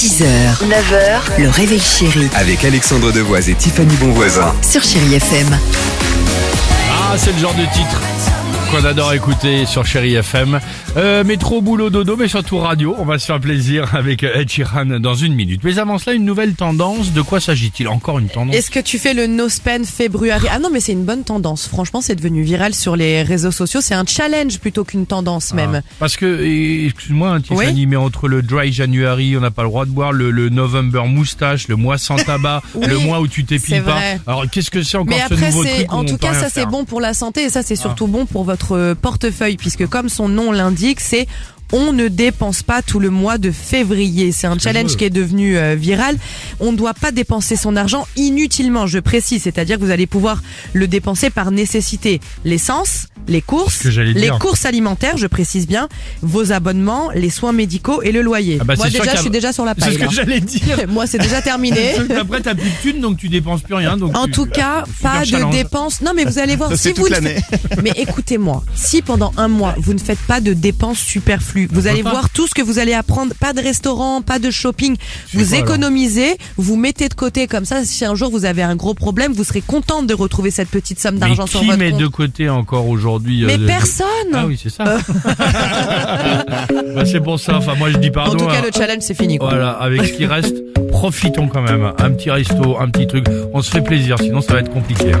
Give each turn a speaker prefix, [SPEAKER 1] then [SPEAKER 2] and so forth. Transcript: [SPEAKER 1] 6h, 9h, le réveil chéri
[SPEAKER 2] Avec Alexandre Devoise et Tiffany Bonvoisin.
[SPEAKER 1] sur Chérie FM.
[SPEAKER 3] Ah, c'est le genre de titre qu'on adore écouter sur Chéri FM. Euh, métro, boulot, dodo, mais surtout radio. On va se faire plaisir avec Ed Sheeran dans une minute. Mais avant cela, une nouvelle tendance. De quoi s'agit-il Encore une tendance
[SPEAKER 4] Est-ce que tu fais le no spend February Ah non, mais c'est une bonne tendance. Franchement, c'est devenu viral sur les réseaux sociaux. C'est un challenge plutôt qu'une tendance même.
[SPEAKER 3] Ah, Parce que, et- excuse-moi, hein, Tiffany, mais entre le dry January, on n'a pas le droit de boire, le, le November moustache, le mois sans tabac,
[SPEAKER 4] Oui,
[SPEAKER 3] le mois où tu
[SPEAKER 4] c'est
[SPEAKER 3] t'épiles pas.
[SPEAKER 4] vrai.
[SPEAKER 3] Alors, qu'est-ce que c'est encore
[SPEAKER 4] Mais
[SPEAKER 3] ce
[SPEAKER 4] après,
[SPEAKER 3] nouveau
[SPEAKER 4] c'est
[SPEAKER 3] truc où
[SPEAKER 4] en
[SPEAKER 3] on
[SPEAKER 4] tout
[SPEAKER 3] peut
[SPEAKER 4] cas,
[SPEAKER 3] rien
[SPEAKER 4] ça c'est
[SPEAKER 3] faire Ah.
[SPEAKER 4] bon pour la santé et ça c'est surtout bon pour votre euh, portefeuille puisque comme son nom l'indique, c'est on ne dépense pas tout le mois de février. C'est un challenge qui est devenu euh, viral. On ne doit pas dépenser son argent inutilement, je précise. C'est-à-dire que vous allez pouvoir le dépenser par nécessité. L'essence, les courses,
[SPEAKER 3] C'est ce que j'allais
[SPEAKER 4] les
[SPEAKER 3] dire.
[SPEAKER 4] courses alimentaires, je précise bien, vos abonnements, les soins médicaux et le loyer.
[SPEAKER 3] Ah bah,
[SPEAKER 4] Moi
[SPEAKER 3] c'est sûr
[SPEAKER 4] déjà,
[SPEAKER 3] qu'il y a-
[SPEAKER 4] je suis déjà sur la
[SPEAKER 3] C'est
[SPEAKER 4] paille.
[SPEAKER 3] ce que
[SPEAKER 4] là.
[SPEAKER 3] j'allais dire.
[SPEAKER 4] Moi, c'est déjà terminé.
[SPEAKER 3] Après, t'as plus de thunes, donc tu dépenses plus rien. Donc
[SPEAKER 4] En
[SPEAKER 3] tu-
[SPEAKER 4] tout cas,
[SPEAKER 3] bah, super
[SPEAKER 4] pas de
[SPEAKER 3] challenge.
[SPEAKER 4] dépenses. Non, mais vous allez voir. si vous ne faites- Mais écoutez-moi, si pendant un mois vous ne faites pas de dépenses superflues, vous
[SPEAKER 3] peut
[SPEAKER 4] allez
[SPEAKER 3] pas.
[SPEAKER 4] voir tout ce que vous allez apprendre. Pas de restaurant, pas de shopping.
[SPEAKER 3] C'est
[SPEAKER 4] Vous
[SPEAKER 3] quoi, alors
[SPEAKER 4] économisez, vous mettez de côté comme ça. Si un jour vous avez un gros problème, vous serez contente de retrouver cette petite somme
[SPEAKER 3] Mais
[SPEAKER 4] d'argent sur
[SPEAKER 3] qui
[SPEAKER 4] votre
[SPEAKER 3] met
[SPEAKER 4] compte.
[SPEAKER 3] de côté encore aujourd'hui euh,
[SPEAKER 4] Mais
[SPEAKER 3] de- de-
[SPEAKER 4] personne.
[SPEAKER 3] Ah oui, c'est ça. Bah, c'est pour ça. Enfin, moi, je dis pardon.
[SPEAKER 4] en tout cas,
[SPEAKER 3] hein.
[SPEAKER 4] le challenge c'est fini. Quoi.
[SPEAKER 3] Voilà, avec ce qui reste, profitons quand même. Un petit resto, un petit truc. On se fait plaisir, sinon ça va être compliqué. hein.